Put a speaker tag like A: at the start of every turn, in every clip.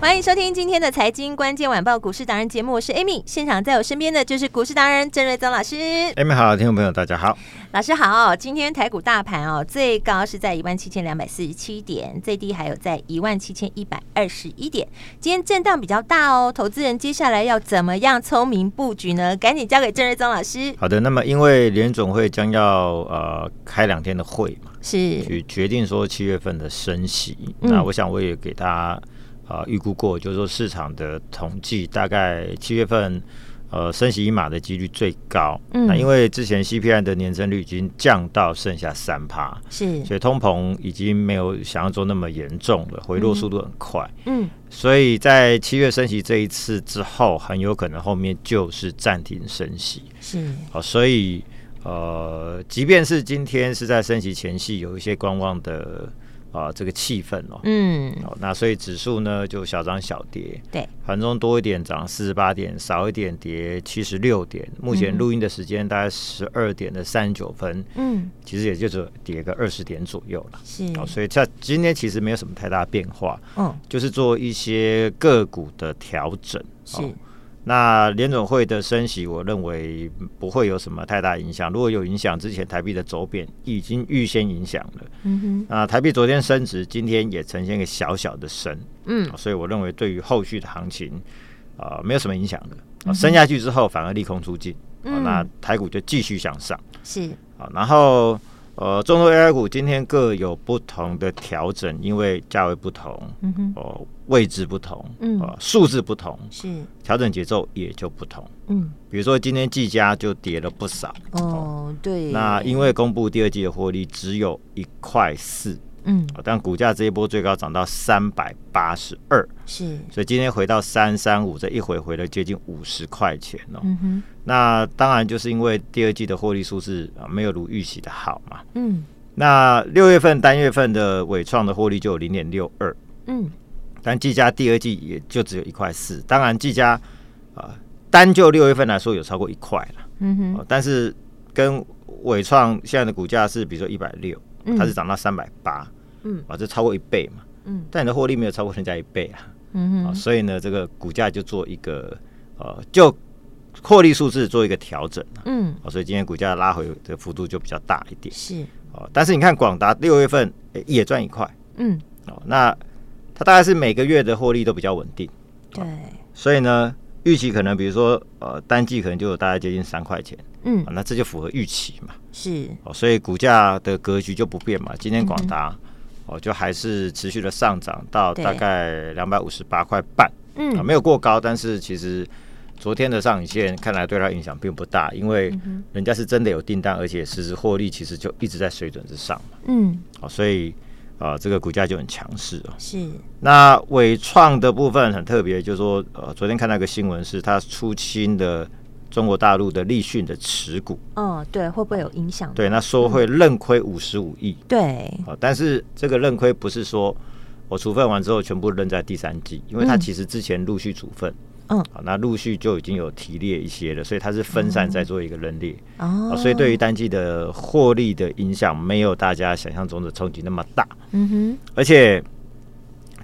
A: 欢迎收听今天的财经关键晚报股市达人节目，我是 Amy，现场在我身边的就是股市达人郑瑞宗老师。
B: 哎，们好，听众朋友大家好。
A: 老师好，今天台股大盘哦，最高是在一万七千两百四十七点，最低还有在一万七千一百二十一点。今天震荡比较大哦，投资人接下来要怎么样聪明布局呢？赶紧交给郑瑞宗老师。
B: 好的，那么因为联总会将要呃开两天的会嘛，
A: 是，
B: 去决定说七月份的升息。
A: 嗯
B: 那我想我也给大家啊预估过，就是说市场的统计大概七月份呃升息一码的几率最高。
A: 嗯
B: 那因为之前 CPI 的年增率已经降到剩下三趴，
A: 是，
B: 所以通膨已经没有想象中那么严重了，回落速度很快。
A: 嗯，
B: 所以在七月升息这一次之后，很有可能后面就是暂停升息。
A: 是，
B: 好、所以呃，即便是今天是在升息前夕，有一些观望的啊、这个气氛哦。
A: 嗯，
B: 好、那所以指数呢就小涨小跌，
A: 对，
B: 盘中多一点涨四十八点，少一点跌七十六点。目前录音的时间大概十二点的三十九分，
A: 嗯，
B: 其实也就是跌个二十点左右了。
A: 是，
B: 好、所以像今天其实没有什么太大变化。
A: 嗯，
B: 就是做一些个股的调整。
A: 是，
B: 那联总会的升息，我认为不会有什么太大影响。如果有影响，之前台币的走贬已经预先影响了。
A: 嗯哼，
B: 啊、台币昨天升值，今天也呈现一个小小的升，
A: 嗯，
B: 所以我认为对于后续的行情啊、没有什么影响的。啊，升下去之后反而利空出尽，啊
A: 嗯
B: 那台股就继续向上。
A: 是，
B: 啊，然后呃，众多 AI 股今天各有不同的调整，因为价位不同，
A: 嗯哼，
B: 哦、位置不同，
A: 嗯
B: 呃，数字不同，
A: 是，
B: 调整节奏也就不同。
A: 嗯，
B: 比如说今天技嘉就跌了不少，
A: 哦，对，
B: 那因为公布第二季的获利只有一块四，
A: 嗯，
B: 哦但股价这一波最高涨到三百八十二，
A: 是，
B: 所以今天回到三三五，这一回回了接近五十块钱哦。
A: 嗯哼，
B: 那当然就是因为第二季的获利数字啊没有如预期的好嘛。
A: 嗯，
B: 那六月份单月份的伟创的获利就有零点六二，
A: 嗯，
B: 但技嘉第二季也就只有一块四。当然，技嘉啊、呃单就六月份来说有超过一块了、
A: 嗯哼，
B: 哦，但是跟伟创现在的股价是比如说一百六，它是涨到三百八，
A: 嗯，
B: 啊，这超过一倍嘛，
A: 嗯，
B: 但你的获利没有超过人家一倍啊，
A: 嗯哼。
B: 啊，所以呢，这个股价就做一个呃，就获利数字做一个调整啊、
A: 嗯，
B: 哦所以今天股价拉回的幅度就比较大一点。
A: 是，
B: 哦，但是你看广达六月份诶也赚一块
A: 嗯，
B: 哦，那它大概是每个月的获利都比较稳定，
A: 对，
B: 所以呢，预期可能比如说呃单季可能就有大概接近三块钱、
A: 嗯
B: 啊，，那这就符合预期嘛，
A: 是，
B: 哦，所以股价的格局就不变嘛。今天广达、哦就还是持续的上涨到
A: 嗯对
B: 大概两百五十八块半啊、
A: 嗯，
B: 没有过高，但是其实。昨天的上影线看来对它影响并不大，因
A: 嗯
B: 为人家是真的有订单，而且实时获利其实就一直在水准之上。
A: 嗯，
B: 哦，所以呃，这个股价就很强势哦。
A: 是，
B: 那伟创的部分很特别，就是说呃，昨天看到一个新闻是它出清的中国大陆的立讯的持股，
A: 哦，对，会不会有影响？
B: 对，那说会认亏五十五亿
A: 对，
B: 啊，但是这个认亏不是说。我处分完之后，全部扔在第三季，因为它其实之前陆续处分，
A: 嗯
B: 好，那陆续就已经有提列一些了，所以它是分散在做一个认列，
A: 哦
B: 啊，所以对于单季的获利的影响，没有大家想象中的冲击那么大。
A: 嗯哼，
B: 而且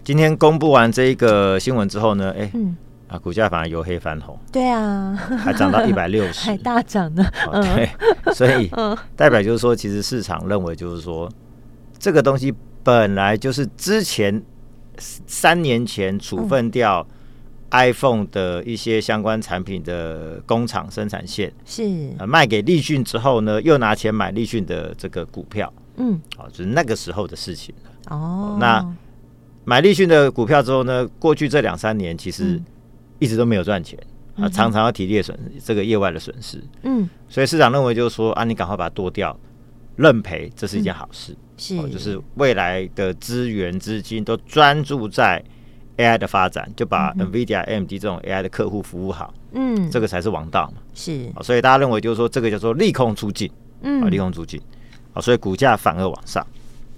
B: 今天公布完这一个新闻之后呢，哎、
A: 嗯，
B: 啊，股价反而由黑翻 红，
A: 对啊，
B: 还涨到一百六十
A: 还，大涨 呢，
B: 哦
A: 嗯，
B: 对，所以代表就是说，其实市场认为就是说，这个东西本来就是之前三年前处分掉 iPhone 的一些相关产品的工厂生产线，
A: 是，
B: 呃，卖给立讯之后呢，又拿钱买立讯的这个股票，
A: 嗯，
B: 啊、就是那个时候的事情。
A: 哦，
B: 那买立讯的股票之后呢，过去这两三年其实
A: 嗯
B: 一直都没有赚钱，啊，常常要体力的损这个业外的损失，
A: 嗯，
B: 所以市场认为就是说啊，你赶快把它剁掉，认赔，这是一件好事，
A: 嗯是，
B: 哦，就是未来的资源资金都专注在 AI 的发展，就把 NVIDIA、AMD 这种 AI 的客户服务好，
A: 嗯，
B: 这个才是王道嘛，
A: 是，
B: 哦所以大家认为就是说这个叫做利空出尽。啊，
A: 嗯，
B: 利空出尽，啊，所以股价反而往上。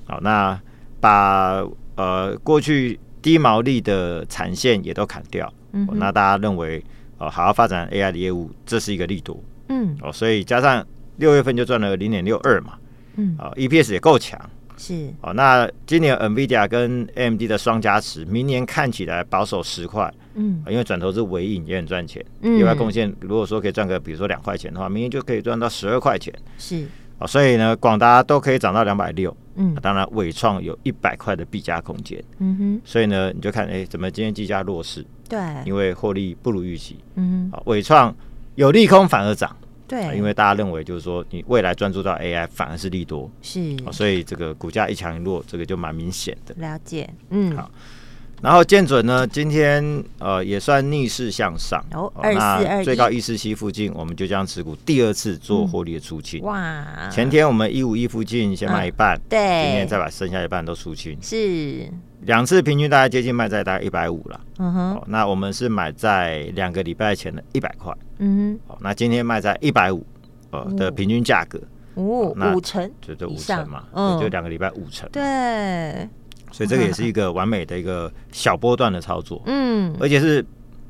B: 好、那把呃过去低毛利的产线也都砍掉，
A: 嗯
B: 哦
A: 哼
B: 那大家认为呃好好发展 AI 的业务，这是一个利多
A: 嗯
B: 哦，所以加上六月份就赚了零点六二嘛，
A: 嗯，
B: 啊、e p s 也够强
A: 是，
B: 哦。那今年 NVIDIA 跟 AMD 的双加持，明年看起来保守十块、
A: 嗯
B: 啊因为转投资尾影也很赚钱，
A: 嗯
B: 业外贡献如果说可以赚个比如说两块钱的话，明年就可以赚到十二块钱。
A: 是，
B: 啊，所以呢，广达都可以涨到两百六，
A: 嗯
B: 当然伟创有一百块的币加空间，
A: 嗯哼，
B: 所以呢，你就看哎、怎么今天技嘉弱势，
A: 对，
B: 因为获利不如预期
A: 嗯哼，
B: 啊，伟创有利空反而涨、啊
A: 对，
B: 因为大家认为就是说你未来专注到 AI 反而是利多
A: 是
B: 啊，所以这个股价一强一弱，这个就蛮明显的。
A: 了解，嗯，
B: 好然后建准呢，今天呃也算逆势向上，
A: 哦
B: 啊那
A: 2421
B: 最高一四七附近，我们就将持股第二次做获利的出清。
A: 嗯哇，嗯
B: 前天我们一五一附近先卖一半，
A: 对，
B: 今天再把剩下一半都出清，
A: 是，
B: 两次平均大概接近卖在大概一百五了。
A: 嗯哼，
B: 哦，那我们是买在两个礼拜前的一百块，
A: 嗯
B: 哦，那今天卖在一百五，呃的平均价格，
A: 哼，五
B: 那
A: 五成，
B: 就就
A: 哦以
B: 五
A: 上
B: 成嘛，
A: 嗯
B: 也就两个礼拜五成，
A: 对，
B: 所以这个也是一个完美的一个小波段的操作，
A: 嗯，
B: 而且是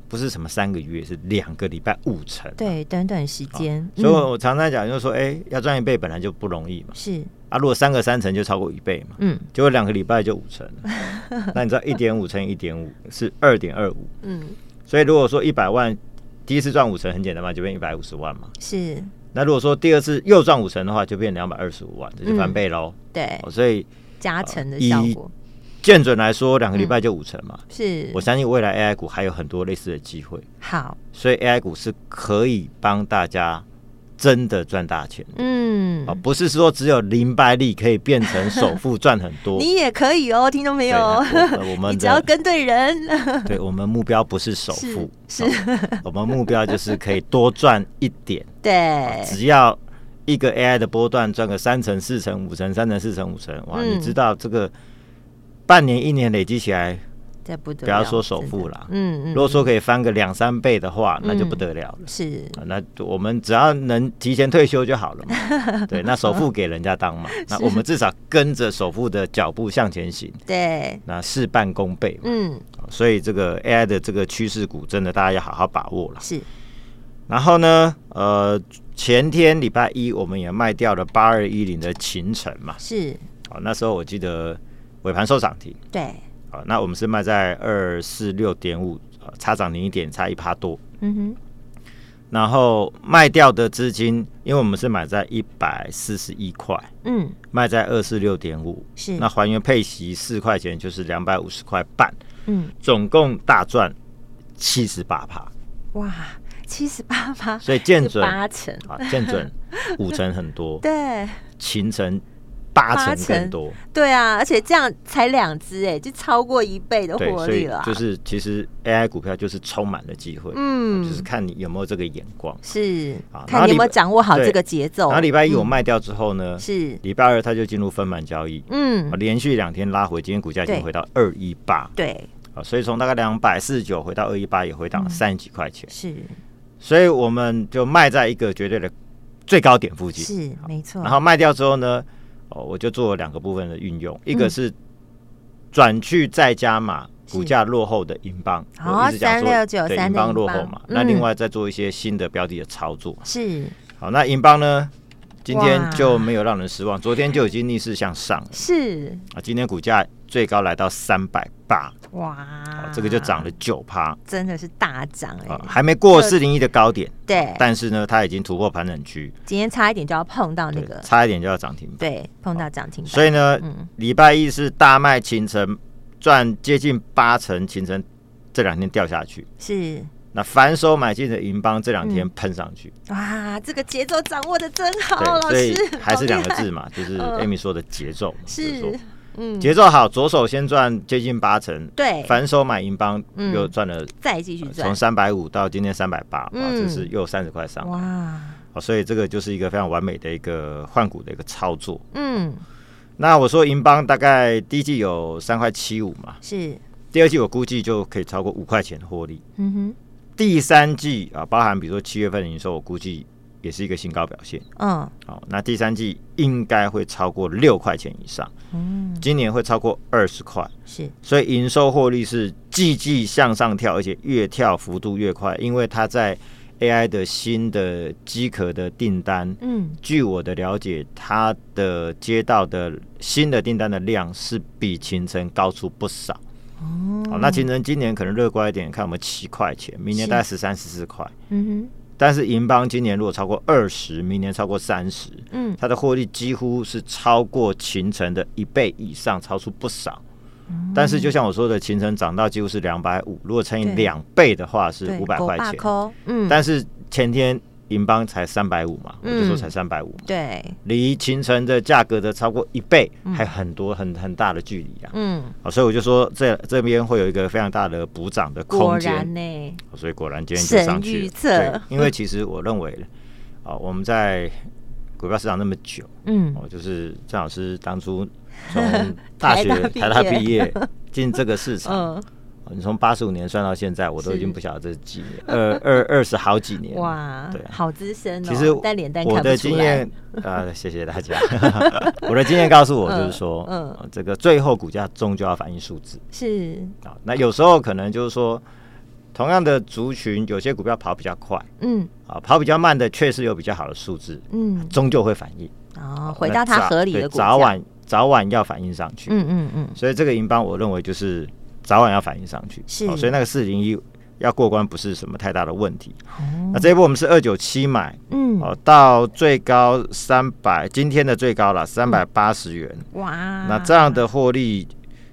B: 不是什么三个月，是两个礼拜五成，。
A: 对，短短时间，
B: 所以
A: 嗯
B: 我常常讲，就是说，哎、要赚一倍本来就不容易嘛，
A: 是，
B: 啊，如果三个三成就超过一倍嘛，
A: 嗯
B: 结果两个礼拜就五成了， 那你知道一点五乘以一点五是二点二五，
A: 嗯，
B: 所以如果说一百万第一次赚五成很简单嘛，就变一百五十万嘛。
A: 是，
B: 那如果说第二次又赚五成的话，就变两百二十五万，这就翻倍喽、
A: 嗯对，
B: 哦所以
A: 加成的
B: 以
A: 效果
B: 见准来说，两个礼
A: 嗯
B: 拜就五成嘛。
A: 是
B: 我相信未来 AI 股还有很多类似的机会，
A: 好，
B: 所以 AI 股是可以帮大家真的赚大钱的。
A: 嗯
B: 啊，，不是说只有零百里可以变成首富赚很 多，
A: 你也可以哦，听到没
B: 对
A: 有？
B: 那我我 们
A: 你只要
B: 的
A: 跟对人，
B: 对，我们目标不是首
A: 是
B: 富，
A: 是
B: 哦我们目标就是可以多赚一点，
A: 对，
B: 只要一个 AI 的波段赚个三成、四成、五成、三成、四成、五成，哇，
A: 嗯
B: 你知道这个半年、一年累积起来，
A: 这不得
B: 不要
A: 了
B: 说首
A: 啊真
B: 富
A: 的
B: 啦
A: 嗯嗯，
B: 如果说可以翻个两三倍的话，那就不
A: 嗯
B: 得了了。
A: 是
B: 啊那我们只要能提前退休就好了 嘛。对，那首富给人家当嘛，那我们至少跟着首富的脚步向前行，
A: 对，
B: 那事半功倍嘛。
A: 嗯
B: 所以这个 AI 的这个趋势股，真的大家要好好把握了。
A: 是，
B: 然后呢，呃，前天礼拜一我们也卖掉了八二一零的秦城嘛，
A: 是
B: 好、那时候我记得尾盘收涨停，
A: 对，
B: 好、那我们是卖在二四六点五，呃差涨零一点，差一趴多。
A: 嗯
B: 然后卖掉的资金，因为我们是买在一百四十一块，
A: 哼，嗯
B: 卖在二四六点五，
A: 是，
B: 那还原配息四块钱就是两百五十块半，
A: 嗯
B: 总共大赚七十八趴，
A: 哇，七十八 趴，
B: 所以见
A: 是
B: 准
A: 八成，
B: 啊，见准五成很 多，
A: 对
B: 秦城八
A: 八
B: 成
A: 成
B: 更多，
A: 对啊，而且这样才两只哎，就超过一倍的
B: 对，
A: 获
B: 所
A: 利
B: 以
A: 了啊，
B: 就是其实 AI 股票就是充满了机会，
A: 嗯
B: 就是看你有没有这个眼光。
A: 是
B: 好然
A: 看
B: 后
A: 你有
B: 礼
A: 没有
B: 拜
A: 掌握好
B: 对
A: 这个节奏，
B: 然后礼拜一我
A: 嗯
B: 卖掉之后呢，
A: 是
B: 礼拜二它就进入分盘交易，
A: 嗯
B: 啊连续两天拉回，今天股价已经
A: 对
B: 回到二一八
A: 对
B: 啊，所以从大概两百四十九回到二一八，也回到
A: 嗯
B: 三十几块钱，
A: 是
B: 所以我们就卖在一个绝对的最高点附近。
A: 是没错，
B: 然后卖掉之后呢，哦，我就做了两个部分的运用，
A: 嗯
B: 一个是转去再加码
A: 是
B: 股价落后的英镑，
A: 哦
B: 我一直讲说
A: 369
B: 对
A: 369
B: 英镑落后嘛。
A: 嗯
B: 那另外再做一些新的标的的操作。
A: 是
B: 好，那英镑呢，今
A: 哇
B: 天就没有让人失望，昨天就已经逆势向上了
A: 是
B: 啊，今天股价最高来到三百八，啊
A: 哇
B: 这个就涨了九趴
A: 真的是大涨哎、
B: 啊，还没过
A: 这
B: 四零一的高点，
A: 对，
B: 但是呢，它已经突破盘整区，
A: 今天差一点就要碰到那
B: 对，
A: 个，
B: 差一点就要涨停板。
A: 对，碰到涨停板，
B: 所以呢
A: 嗯，
B: 礼、拜一是大卖秦城，赚接近八成，秦城这两天掉下去。
A: 是
B: 那反手买进的银邦这两
A: 嗯
B: 天喷上去，
A: 哇，这个节哦奏掌握的真好，老
B: 对，
A: 师
B: 所以还是
A: 好厉
B: 两
A: 害
B: 个字嘛，就是
A: 嗯
B: Amy 说的节奏嘛，就是说
A: 嗯，
B: 节奏好，左手先赚接近八成，
A: 对，
B: 反手买银邦
A: 嗯
B: 又赚了，呃
A: 再继续赚
B: 从，三百五到今天三百八，哇，
A: 嗯
B: 这是又三十块上来，
A: 哇，
B: 哦所以这个就是一个非常完美的一个换股的一个操作。
A: 嗯，
B: 那我说银邦大概第一季有三块七五嘛，
A: 是，
B: 第二季我估计就可以超过五块钱获利，
A: 嗯
B: 第三季啊，包含比如说七月份的营收，我估计也是一个新高表现。
A: 哼，嗯
B: 好、那第三季应该会超过六块钱以上，
A: 嗯，
B: 今年会超过二十块，
A: 是，
B: 所以营收获利是季季向上跳，而且越跳幅度越快，因为它在 AI 的新的机壳的订单。
A: 嗯
B: 据我的了解，它的接到的新的订单的量是比秦城高出不少。哦，
A: 嗯
B: 那秦城今年可能乐观一点，看我们七块钱，明年
A: 是
B: 大概十三、十四块。
A: 嗯
B: 但是银邦今年如果超过二十，明年超过三十，
A: 哼，嗯
B: 它的获利几乎是超过秦城的一倍以上，超出不少。
A: 嗯
B: 但是就像我说的，秦城涨到几乎是两百五，如果乘以
A: 对
B: 两倍的话是
A: 对，
B: 五百
A: 狗
B: 块
A: 爸
B: 钱。
A: 抠，嗯，
B: 但是前天银邦才三百五嘛，我就说
A: 嗯
B: 才三百五嘛，
A: 对，
B: 离秦城的价格的超过一倍，还很多很很大的距离啊。
A: 嗯，
B: 啊所以我就说这这边会有一个非常大的补涨的
A: 果
B: 空间
A: 然。呢，
B: 所以果然今天就上去
A: 神预
B: 了。
A: 测
B: 对，因为其实我认为，啊，我们在股票市场那么久，
A: 嗯
B: 哦，就是郑老师当初 从大学
A: 台大毕业
B: 台大毕业进这个市场，
A: 嗯，
B: 哦你从八十五年算到现在，我都
A: 是
B: 已经不晓得这是几年，二二二十好几年了。
A: 哇
B: 对，啊
A: 好资深哦，
B: 其实
A: 但脸蛋
B: 我
A: 看
B: 的
A: 不出
B: 经
A: 来
B: 验， 呃，谢谢大家。 我的经验告诉我，就是说，
A: 嗯嗯
B: 嗯，这个最后股价终究要反映数字。
A: 是，
B: 啊，那有时候可能就是说，同样的族群，有些股票跑比较快
A: 嗯
B: 啊，跑比较慢的确实有比较好的数字，
A: 嗯，
B: 终究会反应。
A: 哦，回
B: 那
A: 到它
B: 早
A: 合理
B: 对
A: 的股价，
B: 早晚早晚要反应上去。
A: 嗯嗯嗯，
B: 所以这个银邦，我认为就是早晚要反应上去。
A: 是
B: 所以那个四零一要过关不是什么太大的问题。
A: 哦
B: 那这一波我们是二九七买，
A: 嗯，
B: 哦，到最高三百，今天的最高了三百八十元。
A: 哇，
B: 那这
A: 啊
B: 样的获利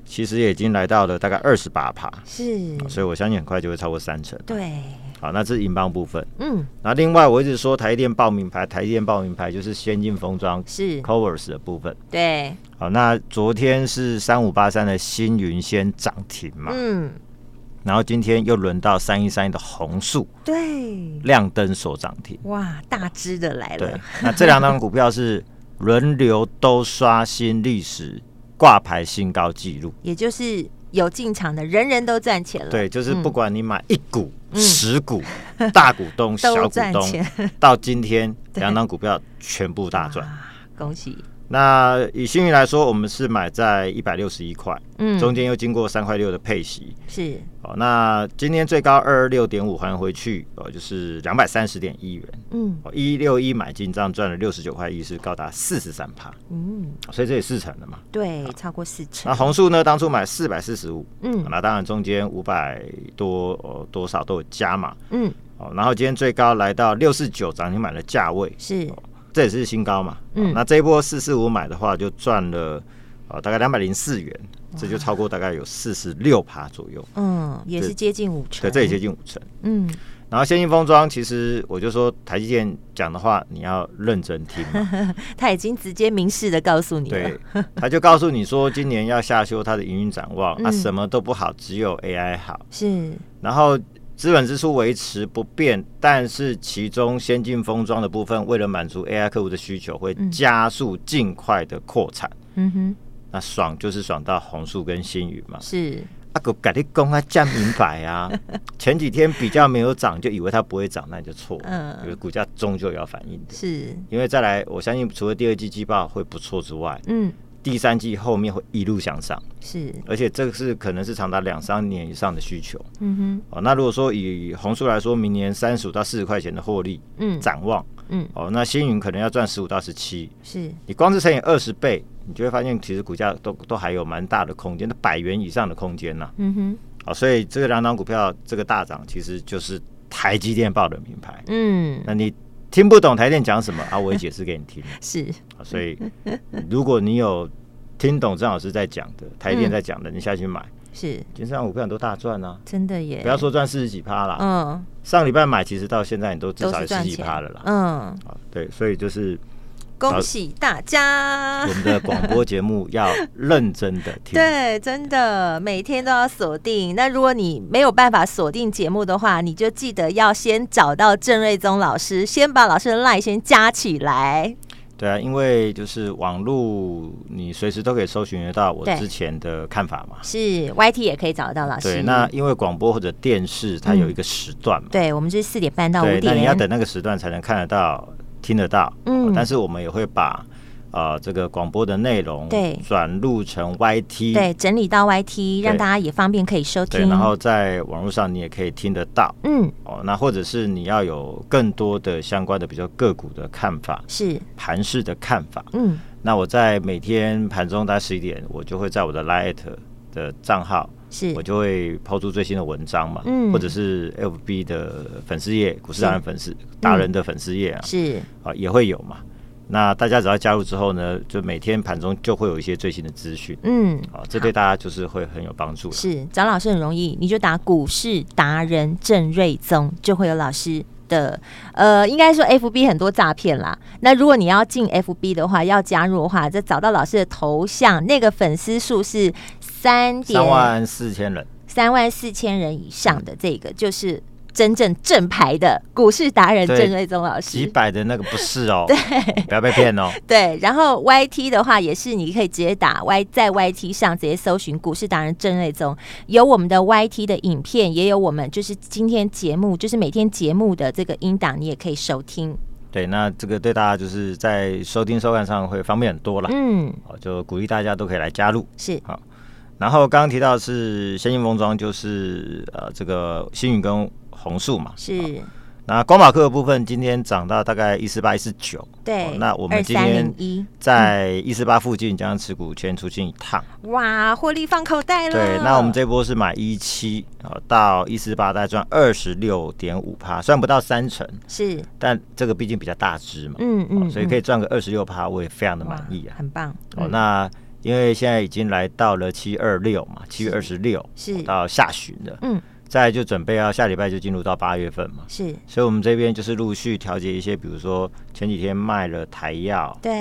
B: 其实也已经来到了大概二十八趴。
A: 是，
B: 所以我相信很快就会超过三成。
A: 对，
B: 好，那这是银邦部分。
A: 嗯，
B: 那另外我一直说台积电报名牌，台积电报名牌就是先进封装
A: 是，
B: covers 的部分。
A: 对，
B: 好，那昨天是三五八三的星云先涨停嘛，
A: 嗯，
B: 然后今天又轮到三一三一的红树
A: 对，
B: 亮灯所涨停。
A: 哇，大只的来
B: 对
A: 了，，
B: 那这两档股票是轮流都刷新历史挂牌新高纪录。
A: 也就是有进场的人人都赚钱了，
B: 对，就是不
A: 嗯
B: 管你买一股、十股、 大股东、小
A: 都
B: 股
A: 赚
B: 东，
A: 钱，
B: 到今天
A: 对
B: 两档股票全部大赚。
A: 哇，啊恭喜，
B: 那以幸运来说，我们是买在一百六十一块，
A: 嗯，
B: 中间又经过三块六的配息。
A: 是，
B: 哦，那今天最高二二六点五还回去，哦，就是两百三十点一元，
A: 嗯
B: 哦，一六一买进，这样赚了六十九块一，是高达四十三趴，
A: 嗯，
B: 所以这也四成了嘛。
A: 对，超过四成
B: 那，红树呢，当初买四百四十五，
A: 嗯
B: 那当然中间五百多哦多少都有加码，
A: 嗯，
B: 哦，然后今天最高来到六四九涨停板的价位，
A: 是，
B: 这也是新高嘛。
A: 嗯
B: 嗯，那这一波四四五买的话，就赚了呃大概两百零四元，这就超过大概有四十六趴左右，
A: 嗯，也是
B: 对
A: 接近五成，
B: 对，这也接近五成。
A: 嗯，
B: 然后先进封装，其实我就说台积电讲的话，你要认真听嘛。
A: 他已经直接明示的告诉你了
B: 对，，他就告诉你说今年要下修它的营运展望，那、
A: 嗯
B: 什么都不好，只有 AI 好。
A: 是，
B: 然后资本支出维持不变，但是其中先进封装的部分，为了满足 AI 客户的需求，会
A: 嗯
B: 加速尽快的扩产。
A: 嗯哼，
B: 那爽就是爽到红树跟新宇嘛，
A: 是，
B: 啊，我跟你讲啊，讲明 白啊，前几天比较没有涨，就以为它不会涨，那你就错了，
A: 嗯
B: 因为股价终究要反应的。
A: 是，
B: 因为再来，我相信除了第二季季报会不错之外，
A: 嗯，
B: 第三季后面会一路向上，
A: 是，
B: 而且这个是可能是长达两三年以上的需求。
A: 嗯哼，
B: 哦，那如果说以红树来说，明年三十五到四十块钱的获利
A: 嗯，
B: 展望，
A: 嗯，
B: 哦，那星云可能要赚十五到十七，
A: 是，
B: 你光是乘以二十倍，你就会发现其实股价都都还有蛮大的空间，那百元以上的空间呐、
A: 嗯哼，
B: 哦，所以这两档股票这个大涨，其实就是台积电报的名牌。
A: 嗯，
B: 那你听不懂台积电讲什么啊？我也解释给 你听。
A: 是，
B: 啊所以如果你有听懂郑老师在讲的，台积电
A: 嗯
B: 在讲的，你下去买，
A: 是，
B: 今天上股票很多大赚啊！
A: 真的耶，
B: 不要，说赚四十几趴啦，
A: 嗯，
B: 上礼拜买，其实到现在你都至
A: 都
B: 少有
A: 是
B: 十
A: 赚
B: 几
A: 钱
B: 趴了啦。哦
A: 嗯，
B: 啊，对，所以就是
A: 恭喜大家！
B: 我们的广播节目要认真的听。
A: 对，真的每天都要锁定。那如果你没有办法锁定节目的话，你就记得要先找到郑瑞宗老师，先把老师的 line 先加起 来。
B: 对啊，因为就是网络，你随时都可以搜寻得到我
A: 对啊
B: 之前的看法嘛。
A: 是 YT 也可以找得到老师。嗯
B: 对，那因为广播或者电视它有一个时段嘛，
A: 对我们是四点半到五
B: 对，那
A: 点，
B: 你要等那个时段才能看得到、听得到。
A: 嗯
B: 但是我们也会把呃这个广播的内容
A: 对
B: 转录成 YT，
A: 对整理到 YT，让大家也方便可以收
B: 对
A: 听。
B: 然后在网络上你也可以听得到。
A: 嗯，
B: 哦，那或者是你要有更多的相关的比较个股的看法、
A: 是
B: 盘势的看法，
A: 嗯
B: 那我在每天盘中大概十一点，我就会在我的 Lite 的账号，
A: 是
B: 我就会抛出最新的文章嘛，
A: 嗯
B: 或者是 FB 的粉丝页，股市达人粉丝达人的粉丝页啊，
A: 嗯是
B: 啊也会有嘛。那大家只要加入之后呢，就每天盘中就会有一些最新的资讯，
A: 嗯。
B: 啊，这对大家就是会很有帮助了。
A: 是找老师很容易，你就打股市达人郑瑞宗，就会有老师的。呃，应该说 FB 很多诈骗啦。那如果你要进 FB 的话，要加入的话，再找到老师的头像，那个粉丝数是三点
B: 三万四千人，
A: 三万四千人以上的，这个就是真正正牌的股市达人
B: 对
A: 郑瑞宗老
B: 几
A: 师。
B: 百的那个不是 哦，不要被骗哦。
A: 对，然后 YT 的话也是，你可以直接打 Y 在 YT 上直接搜寻股市达人郑瑞宗，有我们的 YT 的影片，也有我们就是今天节目，就是每天节目的这个音档，你也可以收听。
B: 对，那这个对大家就是在收听收看上会方便很多啦。
A: 嗯，
B: 好，就鼓励大家都可以来加入。
A: 是
B: 然后刚刚提到的是先进封装，就是呃这个星云跟红树嘛。
A: 是，
B: 那光马克的部分今天涨到大概一四八一四九，
A: 对
B: 哦。那我们
A: 二
B: 今
A: 三
B: 天
A: 零一，
B: 在
A: 嗯
B: 一四八附近将持股先出清一趟。
A: 哇，获利放口袋了。
B: 对，那我们这波是买一七啊到一四八，大概赚二十六点五趴，虽然不到三成，
A: 是，
B: 但这个毕竟比较大只嘛，
A: 嗯
B: 哦
A: 嗯，
B: 所以可
A: 以
B: 以赚个二十六趴，我也非常的满意啊。
A: 很棒。
B: 哦，
A: 嗯
B: 那因为现在已经来到了七二六嘛，七月二十六
A: 是
B: 到下旬了，
A: 嗯，
B: 再来就准备要下礼拜就进入到八月份嘛，
A: 是，
B: 所以我们这边就是陆续调节一些，比如说前几天卖了台药，
A: 对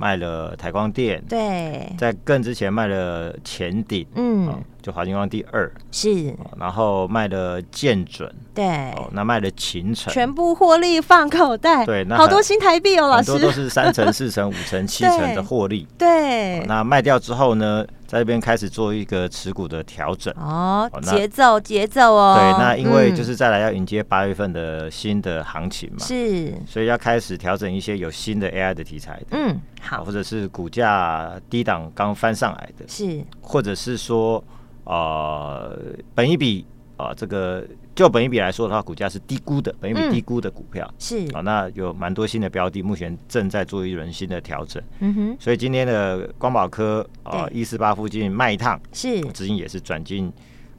B: 卖了台光电，
A: 嗯对，
B: 在更之前卖了前顶，哦
A: 嗯，
B: 就华金光第二，
A: 是，
B: 哦然后卖了建准，
A: 对。
B: 哦，那卖了秦城，
A: 全部获利放口袋，
B: 对那
A: 好
B: 很
A: 多新台币哦，老
B: 很
A: 师
B: 多都是三成、四成、五成、七成的获利。
A: 对
B: 哦，那卖掉之后呢，在这边开始做一个持股的调整。
A: 哦
B: 哦，那
A: 节奏节奏哦，
B: 对，那因为就
A: 嗯
B: 是再来要迎接八月份的新的行情嘛，
A: 是
B: 所以要开始调整一些有新的 AI 的题材的，
A: 嗯
B: 啊，
A: 好
B: 或者是股价低档刚翻上来的，
A: 是
B: 或者是说呃本一比啊、呃这个就本一比来说的话，股价是低估的，本一比
A: 嗯
B: 低估的股票。
A: 是
B: 啊，那有蛮多新的标的，目前正在做一轮新的调整，
A: 嗯哼
B: 所以今天的光宝科啊
A: 对
B: 一四八附近卖一趟，
A: 是
B: 资金也是转进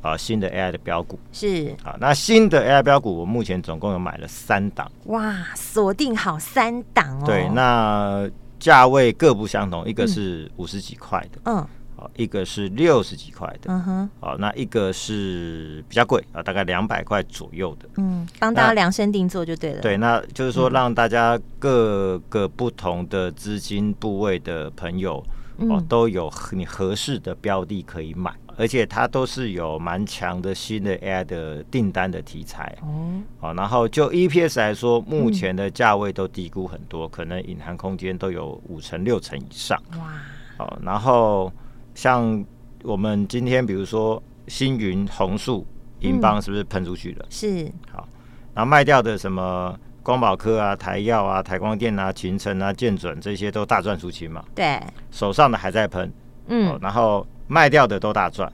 B: 啊、呃新的 AI 的标股。
A: 是
B: 好，那新的 AI 标股，我目前总共有买了三档，
A: 哇，锁定好三档哦，
B: 对，那价位各不相同，一个是五十几块的，
A: 嗯
B: 好，一个是六十几块的，
A: 嗯哼
B: 好，那一个是比较贵啊，大概两百块左右的。
A: 嗯，帮大家
B: 那
A: 量身定做就对嗯了，
B: 对，那就是说让大家各个不同的资金部位的朋友、哦
A: 嗯，
B: 都有合你合适的标的可以买，而且它都是有蛮强的新的 AI 的订单的题材。
A: 哦
B: 好，然后就 EPS 来说，目前的价位都低估很多，可能隐含空间都有五成六成以上。
A: 哇
B: 好，然后像我们今天比如说星云、红树、银邦，是不是喷出去了？
A: 是
B: 好，然后卖掉的什么光宝科啊、台药啊、台光电啊、秦城啊、建准这些都大赚出清嘛，
A: 对
B: 手上的还在喷，哦
A: 嗯
B: 然后卖掉的都大赚。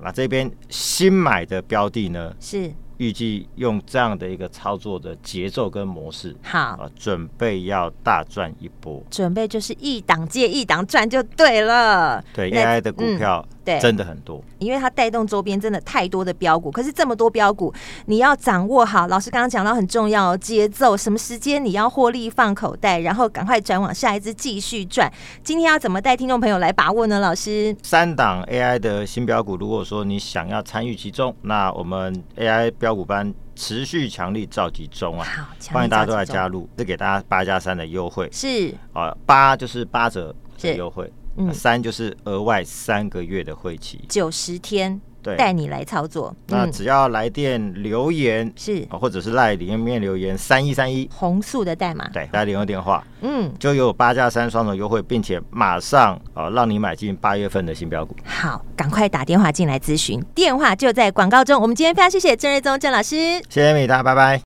B: 那这边新买的标的呢，
A: 是
B: 预计用这样的一个操作的节奏跟模式
A: 好。
B: 啊，准备要大赚一波。
A: 准备就是一档接一档赚就对了，
B: 对
A: 那
B: AI 的股
A: 嗯
B: 票，
A: 对
B: 真的很多。
A: 因为它带动周边真的太多的标股，可是这么多标股，你要掌握好。老师刚刚讲到很重要哦，节奏，什么时间你要获利放口袋，然后赶快转往下一支继续赚。今天要怎么带听众朋友来把握呢？老师，
B: 三档 AI 的新标股，如果说你想要参与其中，那我们 AI 标股班持续强力召集中啊，
A: 好，
B: 欢迎大家都来
A: 家
B: 加入，这给大家八加三的优惠
A: 是，
B: 啊，八就是八折的
A: 是
B: 优惠，
A: 嗯
B: 那，三就是额外三个月的会期，
A: 九十天
B: 对，
A: 带你来操作，嗯
B: 那只要来电留言
A: 是
B: 啊，或者是赖里面留言三一三一，
A: 红素的代码，
B: 对，打零用电话
A: 嗯，
B: 就有八加三双重优惠，并且马上啊让你买进八月份的新标股。
A: 好，赶快打电话进来咨询，电话就在广告中。我们今天非常谢谢郑瑞宗郑老师。
B: 谢谢米大，拜拜。